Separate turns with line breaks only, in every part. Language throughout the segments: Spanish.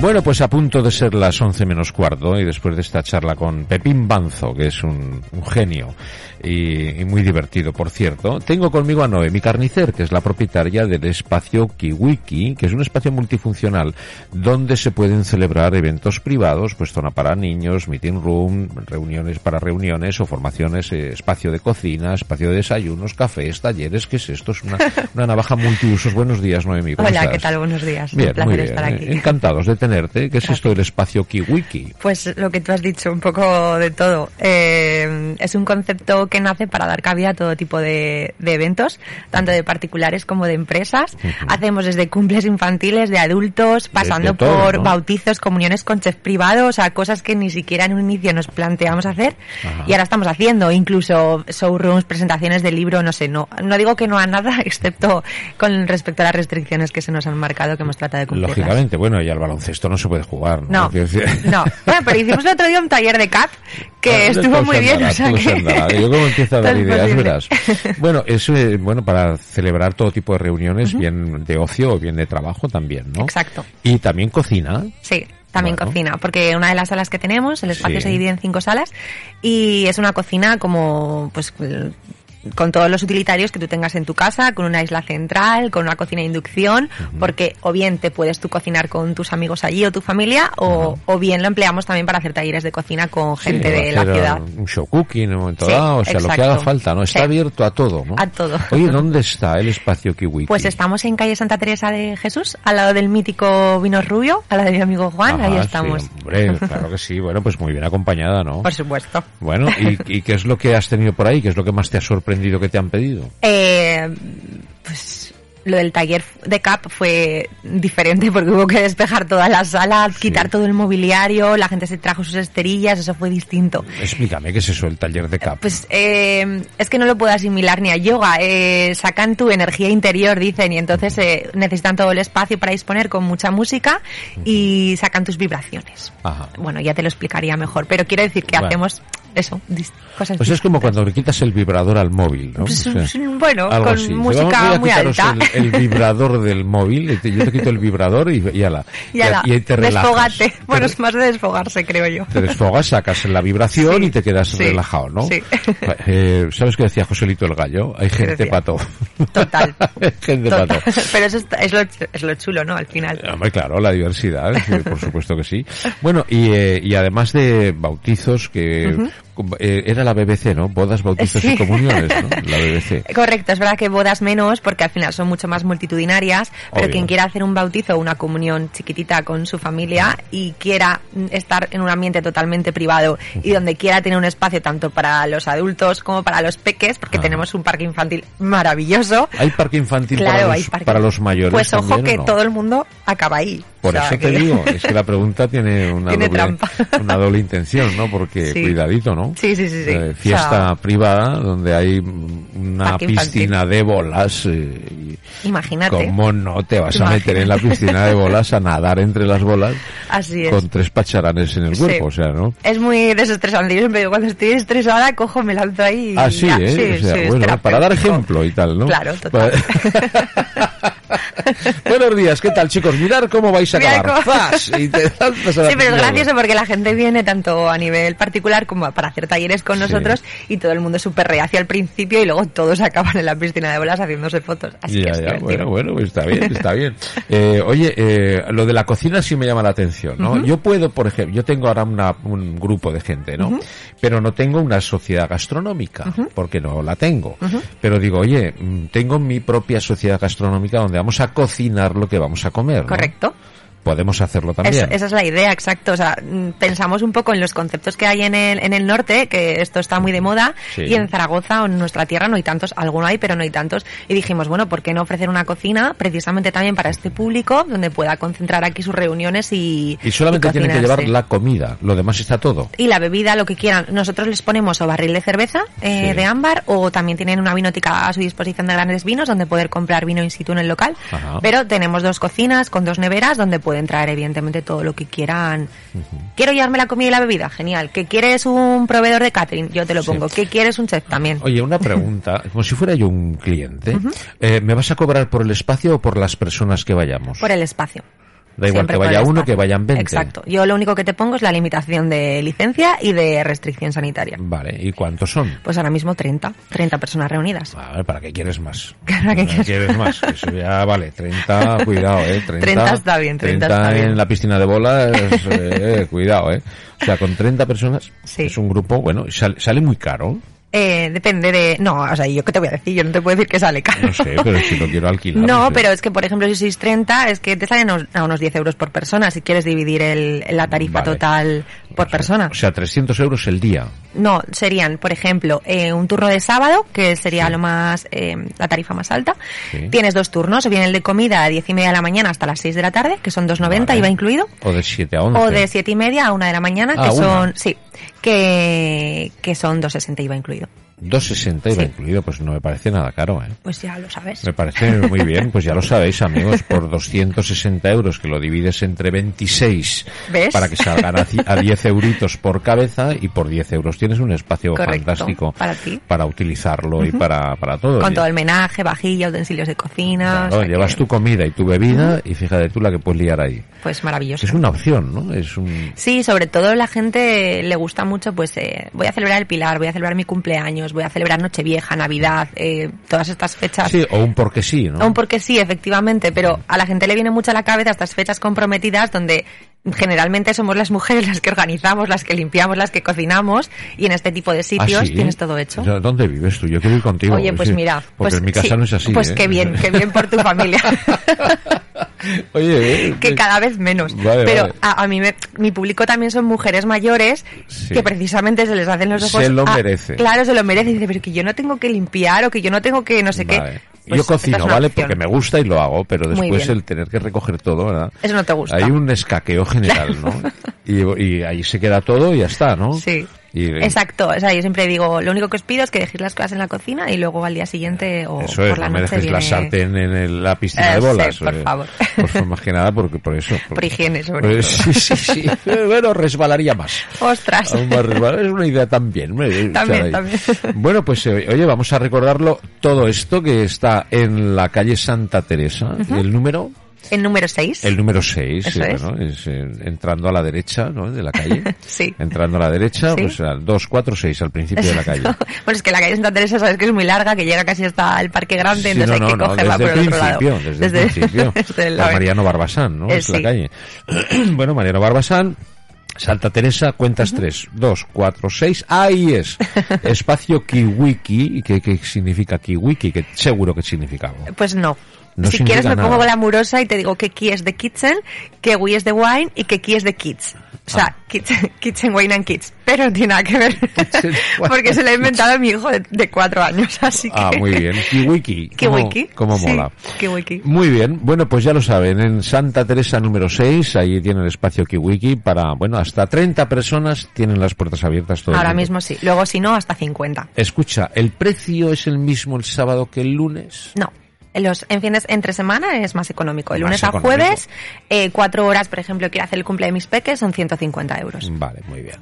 Bueno, pues a punto de ser las 11 menos cuarto y después de esta charla con Pepín Banzo, que es un, un genio y, y, muy divertido, por cierto, tengo conmigo a Noemi Carnicer, que es la propietaria del espacio Kiwiki, que es un espacio multifuncional donde se pueden celebrar eventos privados, pues zona para niños, meeting room, reuniones para reuniones o formaciones, eh, espacio de cocina, espacio de desayunos, cafés, talleres, ¿qué es esto? Es una, una navaja multiusos. Buenos días, Noemi.
Hola, estás? ¿qué tal? Buenos días.
Bien, un placer muy bien. ¿eh? estar aquí. Encantados de tener ¿Qué es esto del espacio Kiwiki?
Pues lo que tú has dicho, un poco de todo. Eh, es un concepto que nace para dar cabida a todo tipo de, de eventos, tanto de particulares como de empresas. Uh -huh. Hacemos desde cumples infantiles, de adultos, pasando todo, por ¿no? bautizos, comuniones con chef privados, o sea, cosas que ni siquiera en un inicio nos planteamos hacer Ajá. y ahora estamos haciendo, incluso showrooms, presentaciones de libro, no sé, no, no digo que no a nada, excepto con respecto a las restricciones que se nos han marcado que hemos tratado de cumplir.
Lógicamente, bueno, y al baloncesto esto no se puede jugar.
No, no. no. Bueno, pero hicimos el otro día un taller de CAT que ah, estuvo muy bien. Andara, o sea que...
andara. Yo como empiezo a dar ideas, verás. Bueno, eso es eh, bueno para celebrar todo tipo de reuniones, uh -huh. bien de ocio o bien de trabajo también, ¿no?
Exacto.
Y también cocina.
Sí también bueno. cocina, porque una de las salas que tenemos, el espacio sí. se divide en cinco salas y es una cocina como pues con todos los utilitarios que tú tengas en tu casa, con una isla central, con una cocina de inducción, uh -huh. porque o bien te puedes tú cocinar con tus amigos allí o tu familia, o, uh -huh. o bien lo empleamos también para hacer talleres de cocina con gente sí, de la ciudad.
Un show cooking en un momento sí, dado, o sea, exacto. lo que haga falta, ¿no? Está sí. abierto a todo, ¿no?
A todo.
Oye, ¿dónde está el espacio Kiwi?
Pues estamos en calle Santa Teresa de Jesús, al lado del mítico Vino Rubio, al lado de mi amigo Juan, Ajá, ahí estamos.
Ah, hombre, claro que sí, bueno, pues muy bien acompañada, ¿no?
Por supuesto.
Bueno, ¿y, y qué es lo que has tenido por ahí? ¿Qué es lo que más te ha sorprendido? que te han pedido?
Eh, pues lo del taller de CAP fue diferente porque hubo que despejar toda la sala, quitar sí. todo el mobiliario, la gente se trajo sus esterillas, eso fue distinto.
Explícame qué es eso el taller de CAP.
Pues eh, es que no lo puedo asimilar ni a yoga, eh, sacan tu energía interior, dicen, y entonces eh, necesitan todo el espacio para disponer con mucha música y sacan tus vibraciones. Ajá. Bueno, ya te lo explicaría mejor, pero quiero decir que bueno. hacemos eso, cosas
Pues es como cuando le quitas el vibrador al móvil, ¿no?
Pues, o sea, bueno, con así. música muy alta.
El, el, vibrador del móvil, yo te quito el vibrador y, y ala.
Y, ala, y, y te relajas. Desfogate. Bueno, es más de desfogarse, creo yo.
Te desfogas, sacas la vibración sí, y te quedas sí, relajado, ¿no?
Sí.
Eh, ¿Sabes qué decía Joselito el Gallo? Hay gente pato.
Total.
Hay gente
Total.
pato.
Pero eso es, lo, es lo chulo, ¿no? Al final.
Hombre, claro, la diversidad, por supuesto que sí. Bueno, y, eh, y además de bautizos que... Uh -huh era la BBC, ¿no? Bodas, bautizos sí. y comuniones, ¿no? La BBC.
Correcto, es verdad que bodas menos porque al final son mucho más multitudinarias, pero Obvio. quien quiera hacer un bautizo o una comunión chiquitita con su familia y quiera estar en un ambiente totalmente privado y donde quiera tener un espacio tanto para los adultos como para los peques, porque ah. tenemos un parque infantil maravilloso.
¿Hay parque infantil claro, para, los, hay parque... para, los, mayores?
Pues ojo
también,
que
no?
todo el mundo acaba ahí.
Por o sea, eso que... te digo, es que la pregunta tiene una,
tiene
doble, una doble intención, ¿no? Porque sí. cuidadito, ¿no?
Sí, sí, sí. sí.
Eh, fiesta o sea, privada donde hay una piscina de bolas. Eh,
Imagínate.
¿Cómo no te vas Imagínate. a meter en la piscina de bolas a nadar entre las bolas?
Así es.
Con tres pacharanes en el cuerpo, sí. o sea, ¿no?
Es muy desestresante. Yo siempre digo, cuando estoy estresada, cojo, me lanzo ahí. Y
Así, ya. ¿eh? Sí, o sea, bueno, para dar ejemplo y tal, ¿no?
Claro, total.
Buenos días, ¿qué tal chicos? Mirar cómo vais a acabar. ¡Fas! Y te Pues a
sí, pero es gracioso porque la gente viene tanto a nivel particular como para hacer talleres con sí. nosotros y todo el mundo es súper reacio al principio y luego todos acaban en la piscina de bolas haciéndose fotos. Así
ya,
que
ya, bueno, bueno, pues está bien, está bien. Eh, oye, eh, lo de la cocina sí me llama la atención, ¿no? Uh -huh. Yo puedo, por ejemplo, yo tengo ahora una, un grupo de gente, ¿no? Uh -huh. Pero no tengo una sociedad gastronómica, uh -huh. porque no la tengo. Pero digo, oye, mm, tengo mi propia sociedad gastronómica donde vamos a cocinar lo que vamos a comer. ¿no?
Correcto.
podemos hacerlo también.
Es- esa es la idea, exacto. O sea, mm, pensamos un poco en los conceptos que hay en el, en el norte, que esto está muy de moda,
Sí.
y en Zaragoza o en nuestra tierra no hay tantos, alguno hay, pero no hay tantos. Y dijimos, bueno, ¿por qué no ofrecer una cocina precisamente también para este público, donde pueda concentrar aquí sus reuniones y.
Y solamente
y
tienen que
cocinarse?
llevar la comida, lo demás está todo.
y la bebida, lo que quieran. Nosotros les ponemos o barril de cerveza eh,
Sí.
de ámbar o también tienen una vinoteca a su disposición de grandes vinos donde poder comprar vino in situ en el local.
Ajá.
Pero tenemos dos cocinas con dos neveras donde pueden traer evidentemente todo lo que quieran. Quiero llevarme la comida y la bebida, genial. ¿Que quieres un proveedor de catering? Yo te lo
Sí.
pongo. ¿Que quieres un chef también?
Oye, una pregunta, como si fuera yo un cliente, eh, ¿me vas a cobrar por el espacio o por las personas que vayamos?
Por el espacio.
Da igual
Siempre
que
por
vaya
el
uno,
espacio.
que vayan 20.
Exacto. Yo lo único que te pongo es la limitación de licencia y de restricción sanitaria.
Vale, ¿y cuántos son?
Pues ahora mismo 30, 30 personas reunidas.
A ver, ¿para qué quieres más?
¿Para qué quieres
más? Eso ya vale, 30, cuidado, ¿eh? 30,
30 está bien, 30 está
en
bien.
la piscina de bolas, eh, cuidado, ¿eh? O sea, con 30 personas
Sí.
es un grupo, bueno, y sale, sale muy caro,
Eh, depende de... No, o sea, ¿yo qué te voy a decir? Yo no te puedo decir que sale caro.
no sé, pero si lo quiero alquilar.
No,
sé.
pero es que, por ejemplo, si sois 30, es que te salen a unos- a unos 10 euros por persona si quieres dividir el, la tarifa
Vale.
total por persona.
O sea, 300 euros el día.
No, serían, por ejemplo, eh, un turno de sábado, que sería lo más, eh, la tarifa más alta.
Sí.
Tienes dos turnos, viene el de comida a 10 y media de la mañana hasta las 6 de la tarde, que son 2.90
Vale.
y va incluido.
O de 7 a 11.
O de 7 y media a 1 de la mañana,
Ah,
que
una.
son, sí, que, que son 2.60 y va incluido.
2,60 iba
Sí.
incluido, pues no me parece nada caro, ¿eh?
Pues ya lo sabes.
Me parece muy bien, pues ya lo sabéis, amigos, por 260 euros, que lo divides entre 26
¿Ves?
para que salgan a, ci- a 10 euritos por cabeza y por 10 euros tienes un espacio
Correcto,
fantástico
para ti.
para utilizarlo y para, para todo.
Con
Y-
todo el menaje, vajilla, utensilios de cocina.
Claro,
o sea que,
llevas tu comida y tu bebida y fíjate tú la que puedes liar ahí.
Pues maravilloso.
Es una opción, ¿no? Es un...
Sí, sobre todo la gente le gusta mucho, pues eh, voy a celebrar el Pilar, voy a celebrar mi cumpleaños, voy a celebrar Nochevieja, Navidad, eh, todas estas fechas.
Sí, o un porque sí, ¿no?
Aún porque sí, efectivamente, pero a la gente le viene mucho a la cabeza estas fechas comprometidas donde generalmente somos las mujeres las que organizamos, las que limpiamos, las que cocinamos y en este tipo de
Ah,
sitios
¿sí?
tienes todo hecho.
Yo- ¿Dónde vives tú? Yo quiero ir contigo.
Oye, pues
sí,
mira,
Porque
pues
en mi casa
sí,
no es así.
Pues
¿eh?
qué bien, qué bien por tu familia.
Oye, eh,
que cada vez menos.
Vale,
pero
vale.
A, a mí me- mi público también son mujeres mayores
Sí.
que precisamente se les hacen los
Se
ojos.
lo
ah,
merece.
Claro, se lo merece. Dice, pero que yo no tengo que limpiar o que yo no tengo que no sé
Vale.
qué. Pues
Yo
esta es
cocino,
una
¿vale?
opción.
Porque me gusta y lo hago, pero
Muy
después
bien.
el tener que recoger todo, ¿verdad?
Eso no te gusta.
Hay un escaqueo general, ¿no? y, y ahí se queda todo y ya está, ¿no?
Sí.
Y- eh,
Exacto, o sea, yo siempre digo, lo único que os pido es que dejéis las cosas en la cocina y luego al día siguiente o
Eso
por
es,
la
no me
noche
dejes la
viene-
sartén en el- la piscina
Eh,
de bolas.
sí, por
eh.
favor.
Por más que nada, porque, por eso. porque-
higiene, sobre
Eh,
todo.
Sí, sí, sí. Eh, Bueno, resbalaría más.
Ostras.
Aún más resbala. Es una idea también. hombre, eh, chaval.
También, también.
Bueno, pues eh, oye, vamos a recordarlo todo esto que está en la calle Santa Teresa. El número.
El número 6.
El número 6,
Eso es.
eh, entrando a la derecha ¿no? de la calle.
Sí.
Entrando a la derecha,
Sí.
pues al 246 al principio de la calle.
bueno, es que la calle Santa Teresa sabes que es muy larga, que llega casi hasta el Parque Grande,
Sí,
entonces
no,
hay
no,
que
no,
cogerla
desde
por
el
el otro lado.
principio, Desde, el principio.
desde el-
Por Mariano Barbasán, ¿no?
Eh,
es la
sí.
calle. bueno, Mariano Barbasán. Santa Teresa, cuentas 3, 2, 4, 6, ahí es. Espacio Kiwiki, ¿qué, qué significa Kiwiki? Que seguro que significa algo.
Pues no.
No
si
significa
quieres me
nada.
pongo glamurosa y te digo que key es de kitchen, que we es de wine y que key es de kids. O sea,
Ah.
kitchen, kitchen, wine and kids. Pero no tiene nada que ver.
Kitchen, wine
Porque se lo ha
and
inventado mi hijo de, de cuatro años, así que...
Ah, muy bien. Kiwiki.
Kiwiki.
¿Cómo,
Sí,
mola?
kiwiki.
Muy bien. Bueno, pues ya lo saben. En Santa Teresa número 6, ahí tiene el espacio Kiwiki para, bueno, hasta 30 personas tienen las puertas abiertas todo el
Ahora
mundo.
mismo sí. Luego si no, hasta 50.
Escucha, ¿el precio es el mismo el sábado que el lunes?
No. En Los, en fines entre semana es más económico. El
Más
lunes
económico.
a jueves, eh, cuatro horas, por ejemplo, quiero hacer el cumple de mis peques, son 150 euros.
Vale, muy bien.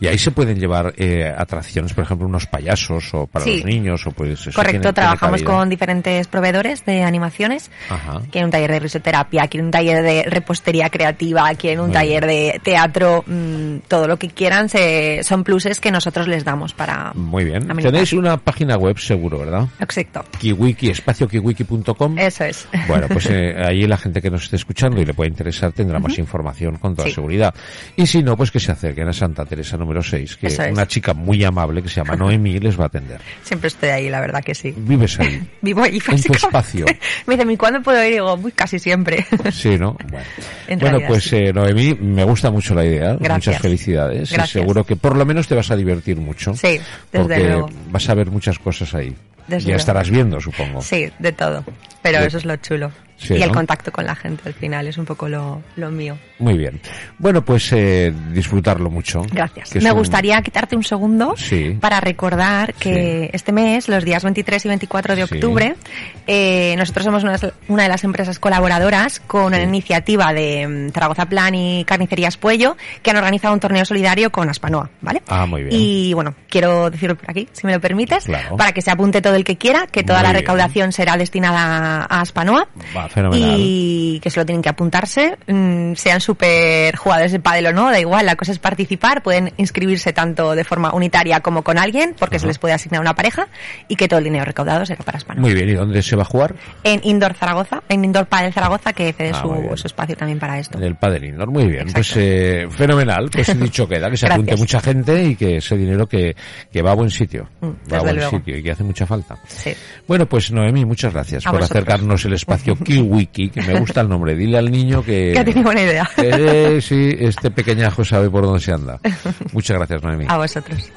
Y ahí se pueden llevar eh, atracciones, por ejemplo, unos payasos o para
Sí.
los niños o pues... eso tiene-
Correcto,
tiene
trabajamos
cabida. Ah,
con diferentes proveedores de animaciones.
Ajá.
Quieren un taller de risoterapia, quieren un taller de repostería creativa, quieren un taller de teatro, mm, todo lo que quieran se, son pluses que nosotros les damos para...
Muy bien.
amenitar.
Tenéis una página web seguro, ¿verdad?
Exacto.
Kiwiki, espacio kiwiki carnicerelay.com.
Eso es.
Bueno, pues eh, ahí la gente que nos esté escuchando y le pueda interesar tendrá más información con toda seguridad. Y si no, pues que se acerquen a Santa Teresa número 6, que
Eso es.
una chica muy amable que se llama Noemí les va a atender.
Siempre estoy ahí, la verdad que sí.
Vives ahí.
Vivo allí,
Mm. tu
básicamente.
espacio.
Me dicen, ¿y cuándo puedo ir? Y digo, "Uy, casi siempre.
Sí, ¿no? Bueno,
En
Bueno,
realidad,
pues
sí.
eh, Noemí, me gusta mucho la idea.
Gracias.
Muchas felicidades.
Gracias.
Y seguro que por lo menos te vas a divertir mucho.
Sí, desde
porque
luego.
vas a ver muchas cosas ahí.
Desde
ya
luego.
estarás viendo, supongo.
Sí, de todo. Pero
Sí.
eso es lo chulo.
Sí,
y el
¿no?
contacto con la gente al final es un poco lo, lo mío.
Muy bien. Bueno, pues eh, disfrutarlo mucho.
Gracias.
que es
Me
un-
gustaría quitarte un segundo
Sí.
para recordar que este mes, los días 23 y 24 de
Sí.
octubre, eh, nosotros somos una, una de las empresas colaboradoras con la iniciativa de mm, Zaragoza Plan y Carnicerías Puello, que han organizado un torneo solidario con Aspanoa, ¿vale?
Ah, muy bien.
Y bueno, quiero decirlo por aquí, si me lo permites,
Claro.
para que se apunte todo el que quiera, que toda
Muy
la
bien.
recaudación será destinada a Aspanoa.
Va, fenomenal.
Y que solo tienen que apuntarse, mm, sean súper jugadores de pádel o no, da igual, la cosa es participar, pueden inscribirse tanto de forma unitaria como con alguien, porque se les puede asignar una pareja, y que todo el dinero recaudado será para Aspanoa.
Muy bien. ¿Y dónde se va a jugar?
En Indoor Zaragoza, en Indoor Padel Zaragoza, que cede
Ah, Eh,
su,
muy bien.
su espacio también para esto.
En el Padel Indoor. Muy bien.
Exacto.
Pues eh, fenomenal. Pues dicho queda, que se
Gracias.
apunte mucha gente y que ese dinero que, que va a buen sitio.
Mm,
va a
desde
buen
luego.
sitio y que hace mucha falta.
Sí.
Bueno, pues Noemi, muchas gracias
A
por
vosotros.
acercarnos el espacio Kiwiki, que me gusta el nombre. Dile al niño que...
Que ha tenido buena idea.
Eh, sí, este pequeñajo sabe por dónde se anda. Muchas gracias, Noemi.
A vosotros.